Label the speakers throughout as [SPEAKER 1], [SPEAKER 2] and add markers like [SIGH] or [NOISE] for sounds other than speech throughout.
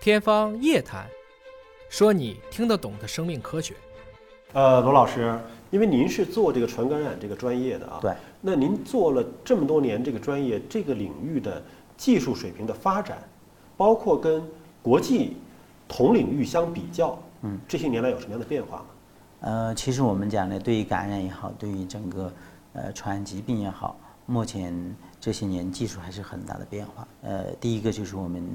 [SPEAKER 1] 天方夜谭，说你听得懂的生命科学。
[SPEAKER 2] 呃，罗老师，因为您是做这个传感染这个专业的啊，
[SPEAKER 3] 对，
[SPEAKER 2] 那您做了这么多年这个专业这个领域的技术水平的发展，包括跟国际同领域相比较，嗯，这些年来有什么样的变化吗？
[SPEAKER 3] 呃，其实我们讲呢，对于感染也好，对于整个呃传染疾病也好，目前这些年技术还是很大的变化。呃，第一个就是我们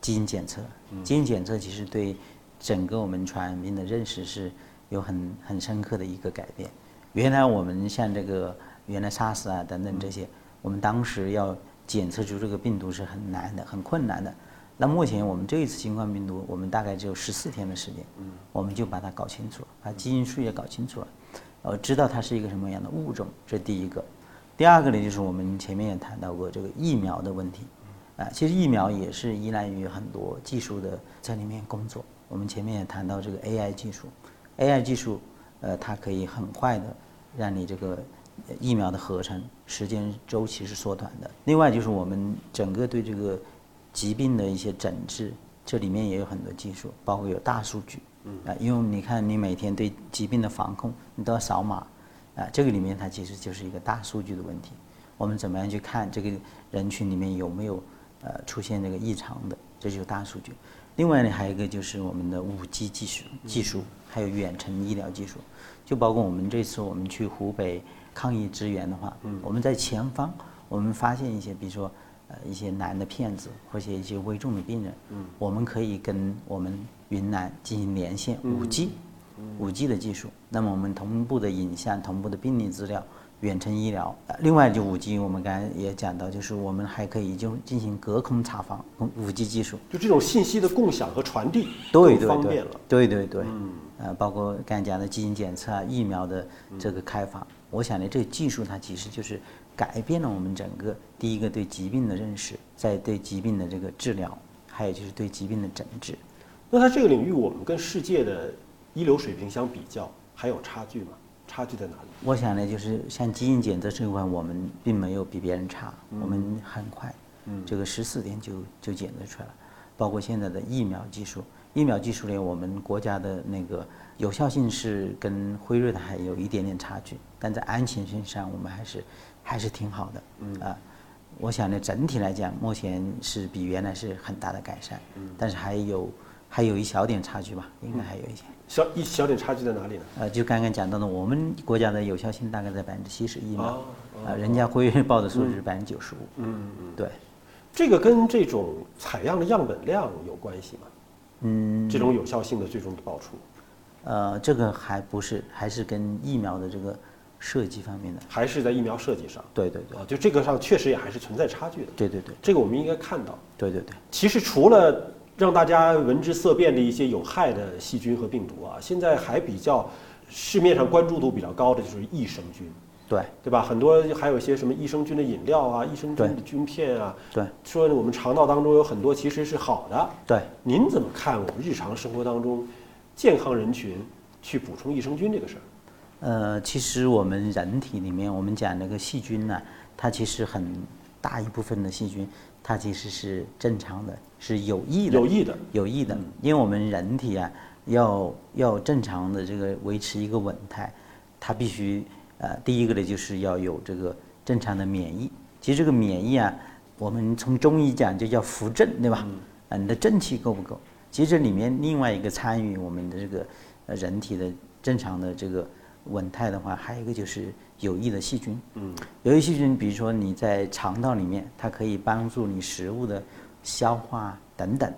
[SPEAKER 3] 基因检测，基因检测其实对整个我们传染病的认识是有很很深刻的一个改变。原来我们像这个原来 SARS 啊等等这些，我们当时要检测出这个病毒是很难的，很困难的。那目前我们这一次新冠病毒，我们大概只有十四天的时间，我们就把它搞清楚了，把基因序列搞清楚了，呃，知道它是一个什么样的物种，这第一个。第二个呢，就是我们前面也谈到过这个疫苗的问题，啊，其实疫苗也是依赖于很多技术的在里面工作。我们前面也谈到这个 AI 技术，AI 技术，呃，它可以很快的让你这个呃疫苗的合成时间周期是缩短的。另外就是我们整个对这个疾病的一些诊治，这里面也有很多技术，包括有大数据，啊、因为你看你每天对疾病的防控，你都要扫码，啊、这个里面它其实就是一个大数据的问题，我们怎么样去看这个人群里面有没有呃出现这个异常的，这就是大数据。另外呢，还有一个就是我们的五 G 技术技术，还有远程医疗技术，就包括我们这次我们去湖北抗疫支援的话，我们在前方我们发现一些，比如说呃一些男的骗子或者一些危重的病人，我们可以跟我们云南进行连线五 G，五 G 的技术，那么我们同步的影像、同步的病例资料、远程医疗，呃另外就五 G，我们刚才也讲到，就是我们还可以就进行隔空查房，五 G 技术。
[SPEAKER 2] 就这种信息的共享和传递
[SPEAKER 3] 对
[SPEAKER 2] 更
[SPEAKER 3] 对
[SPEAKER 2] 方
[SPEAKER 3] 对
[SPEAKER 2] 便了。嗯
[SPEAKER 3] 对对对，呃，包括刚才讲的基因检测啊、疫苗的
[SPEAKER 2] 嗯
[SPEAKER 3] 这个开发，我想呢，这个技术它其实就是改变了我们整个第一个对疾病的认识，在对疾病的这个治疗，还有就是对疾病的诊治。
[SPEAKER 2] 那在这个领域，我们跟世界的一流水平相比较，还有差距吗？差距在哪里？
[SPEAKER 3] 我想呢，就是像基因检测这一块，我们并没有比别人差，我们很快，这个十四天就就检测出来了。包括现在的疫苗技术，疫苗技术呢，我们国家的那个有效性是跟辉瑞的还有一点点差距，但在安全性上，我们还是还是挺好的。嗯啊，我想呢，整体来讲，目前是比原来是很大的改善，但是还有还有一小点差距吧，应该还有一些。
[SPEAKER 2] 小一小点差距在哪里呢？
[SPEAKER 3] 呃，就刚刚讲到的，我们国家的有效性大概在百分之七十一嘛，啊、
[SPEAKER 2] 哦
[SPEAKER 3] 人家辉瑞报的数是百分之九十五，
[SPEAKER 2] 嗯嗯，
[SPEAKER 3] 对，
[SPEAKER 2] 这个跟这种采样的样本量有关系吗？嗯，这种有效性的最终的报出，
[SPEAKER 3] 呃，这个还不是，还是跟疫苗的这个设计方面的，
[SPEAKER 2] 还是在疫苗设计上
[SPEAKER 3] 对对对，
[SPEAKER 2] 啊，就这个上确实也还是存在差距的。
[SPEAKER 3] 对对对，
[SPEAKER 2] 这个我们应该看到。
[SPEAKER 3] 对对对，
[SPEAKER 2] 其实除了让大家闻之色变的一些有害的细菌和病毒啊，现在还比较市面上关注度比较高的就是益生菌，
[SPEAKER 3] 对
[SPEAKER 2] 对吧？很多还有一些什么益生菌的饮料啊、益生菌的
[SPEAKER 3] 对
[SPEAKER 2] 菌片啊，
[SPEAKER 3] 对
[SPEAKER 2] 说我们肠道当中有很多其实是好的。
[SPEAKER 3] 对，
[SPEAKER 2] 您怎么看我们日常生活当中健康人群去补充益生菌这个事儿？
[SPEAKER 3] 呃，其实我们人体里面，我们讲那个细菌呢、它其实很大一部分的细菌，它其实是正常的，是有益的，
[SPEAKER 2] 有益的，
[SPEAKER 3] 有益的，因为我们人体啊，要要正常的这个维持一个稳态，它必须呃，第一个呢就是要有这个正常的免疫。其实这个免疫啊，我们从中医讲就叫扶正，对吧？啊，你的正气够不够？其实这里面另外一个参与我们的这个呃人体的正常的这个稳态的话，还有一个就是有益的细菌。嗯，有益细菌，比如说你在肠道里面，它可以帮助你食物的消化等等。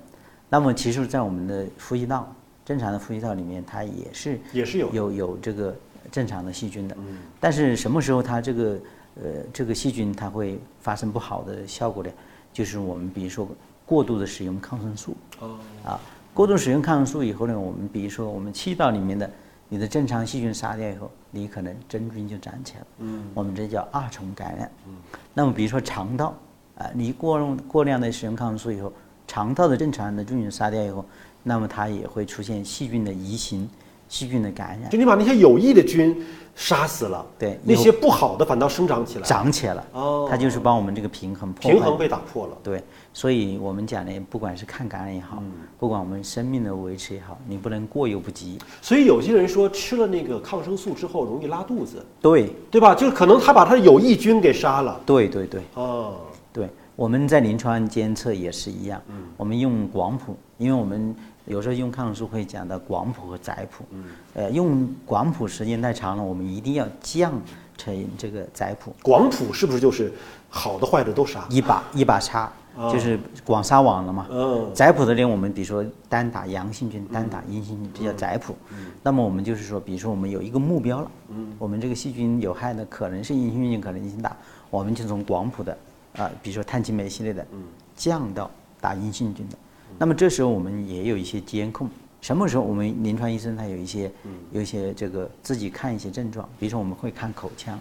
[SPEAKER 3] 那么其实，在我们的呼吸道，正常的呼吸道里面，它也是
[SPEAKER 2] 也是有
[SPEAKER 3] 有有这个正常的细菌的。但是什么时候它这个呃这个细菌它会发生不好的效果呢？就是我们比如说过度的使用抗生素。
[SPEAKER 2] 哦，
[SPEAKER 3] 啊，过度使用抗生素以后呢，我们比如说我们气道里面的你的正常细菌杀掉以后，你可能真菌就长起来了。嗯，我们这叫二重感染。嗯，那么比如说肠道啊，你过用过量的使用抗生素以后，肠道的正常的菌群杀掉以后，那么它也会出现细菌的移行细菌的感染
[SPEAKER 2] 就你把那些有益的菌杀死了，
[SPEAKER 3] 对
[SPEAKER 2] 那
[SPEAKER 3] 有
[SPEAKER 2] 些不好的反倒生长起来，
[SPEAKER 3] 长起来了，
[SPEAKER 2] 哦
[SPEAKER 3] 它就是帮我们这个平衡破坏
[SPEAKER 2] 平衡被打破了。
[SPEAKER 3] 对，所以我们讲呢，不管是看感染也
[SPEAKER 2] 嗯
[SPEAKER 3] 好，不管我们生命的维持也好，你不能过犹不及。
[SPEAKER 2] 所以有些人说吃了那个抗生素之后容易拉肚子，
[SPEAKER 3] 对，
[SPEAKER 2] 对吧？就是可能他把他的有益菌给杀了。
[SPEAKER 3] 对，对，对，
[SPEAKER 2] 哦，
[SPEAKER 3] 对。我们在临床监测也是一样，我们用广谱，因为我们有时候用抗生素会讲到广谱和窄谱，呃，用广谱时间太长了，我们一定要降成这个窄谱，
[SPEAKER 2] 广谱是不是就是好的坏的都杀？
[SPEAKER 3] 一把一把杀，就是广撒网了嘛。
[SPEAKER 2] 嗯
[SPEAKER 3] 窄谱的呢，我们比如说单打阳性菌、单打阴性菌，这叫窄谱。那么我们就是说，比如说我们有一个目标了，我们这个细菌有害的可能是阴性菌，可能性大，我们就从广谱的啊、比如说碳青酶系列的，降到打阴性菌的。那么这时候我们也有一些监控。什么时候我们临床医生他有一些有一些这个自己看一些症状，比如说我们会看口腔，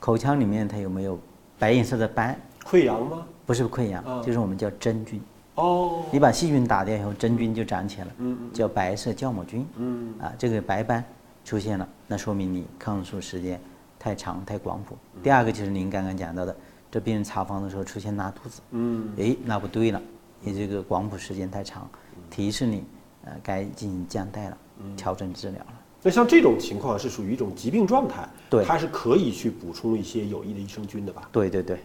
[SPEAKER 3] 口腔里面它有没有白颜色的斑，
[SPEAKER 2] 溃疡吗？
[SPEAKER 3] 不是溃疡，
[SPEAKER 2] 嗯
[SPEAKER 3] 就是我们叫真菌。
[SPEAKER 2] 哦，
[SPEAKER 3] 你把细菌打掉以后，真菌就长起来了，
[SPEAKER 2] 嗯
[SPEAKER 3] 叫白色酵母菌。
[SPEAKER 2] 嗯
[SPEAKER 3] 啊，这个白斑出现了，那说明你抗生素时间太长、太广谱。
[SPEAKER 2] 嗯
[SPEAKER 3] 第二个就是您刚刚讲到的，这病人查房的时候出现拉肚子，
[SPEAKER 2] 嗯，
[SPEAKER 3] 诶，那不对了，你这个广谱时间太长，
[SPEAKER 2] 嗯
[SPEAKER 3] 提示你呃该进行降代了，调整治疗了。
[SPEAKER 2] 那像这种情况是属于一种疾病状态，
[SPEAKER 3] 对
[SPEAKER 2] 它是可以去补充一些有益的益生菌的吧？
[SPEAKER 3] 对对对，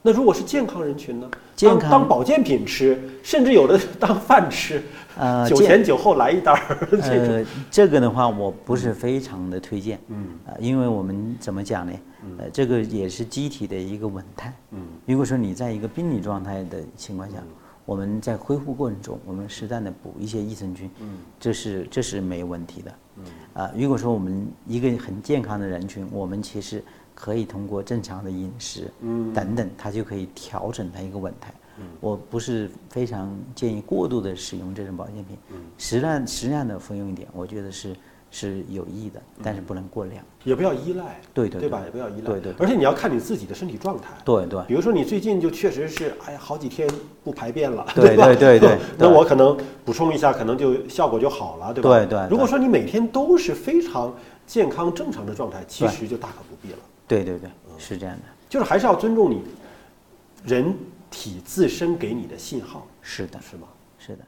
[SPEAKER 2] 那如果是健康人群呢？
[SPEAKER 3] 健
[SPEAKER 2] 当
[SPEAKER 3] 康
[SPEAKER 2] 当保健品吃，甚至有的 [LAUGHS] 当饭吃，
[SPEAKER 3] 呃
[SPEAKER 2] 酒
[SPEAKER 3] 健
[SPEAKER 2] 前酒后来一袋儿，这种
[SPEAKER 3] 呃，这个的话我不是非常的推荐，
[SPEAKER 2] 嗯
[SPEAKER 3] 呃，因为我们怎么讲呢？呃，这个也是机体的一个稳态，
[SPEAKER 2] 嗯，
[SPEAKER 3] 如果说你在一个病理状态的情况下，我们在恢复过程中，我们适当的补一些益生菌，嗯，这是这是没问题的，嗯，啊，如果说我们一个很健康的人群，我们其实可以通过正常的饮食，嗯，等等，它就可以调整它一个稳态。我不是非常建议过度的使用这种保健品，适量适量的服用一点，我觉得是是有益的，但是不能过量。
[SPEAKER 2] 也不要依赖，
[SPEAKER 3] 对对
[SPEAKER 2] 对
[SPEAKER 3] 对
[SPEAKER 2] 吧？也不要依赖，
[SPEAKER 3] 对对对
[SPEAKER 2] 而且你要看你自己的身体状态，
[SPEAKER 3] 对对
[SPEAKER 2] 比如说你最近就确实是，哎呀，好几天不排便了，
[SPEAKER 3] 对
[SPEAKER 2] 吧？
[SPEAKER 3] 对对对
[SPEAKER 2] [LAUGHS] 那
[SPEAKER 3] 对
[SPEAKER 2] 我可能补充一下，可能就效果就好了，对吧？
[SPEAKER 3] 对对对
[SPEAKER 2] 如果说你每天都是非常健康正常的状态，其实就大可不必了。
[SPEAKER 3] 对对对，是这样的，
[SPEAKER 2] 就是还是要尊重你人体自身给你的信号，
[SPEAKER 3] 是的，
[SPEAKER 2] 是吗？
[SPEAKER 3] 是的。